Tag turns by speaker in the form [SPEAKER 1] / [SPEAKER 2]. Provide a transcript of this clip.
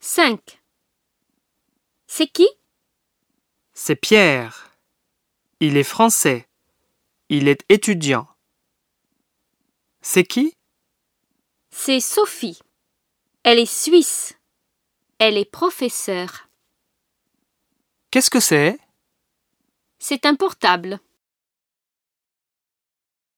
[SPEAKER 1] 5. C'est qui
[SPEAKER 2] C'est Pierre. Il est français. Il est étudiant. C'est qui
[SPEAKER 1] C'est Sophie. Elle est suisse. Elle est professeure.
[SPEAKER 2] Qu'est-ce que c'est
[SPEAKER 1] C'est un portable.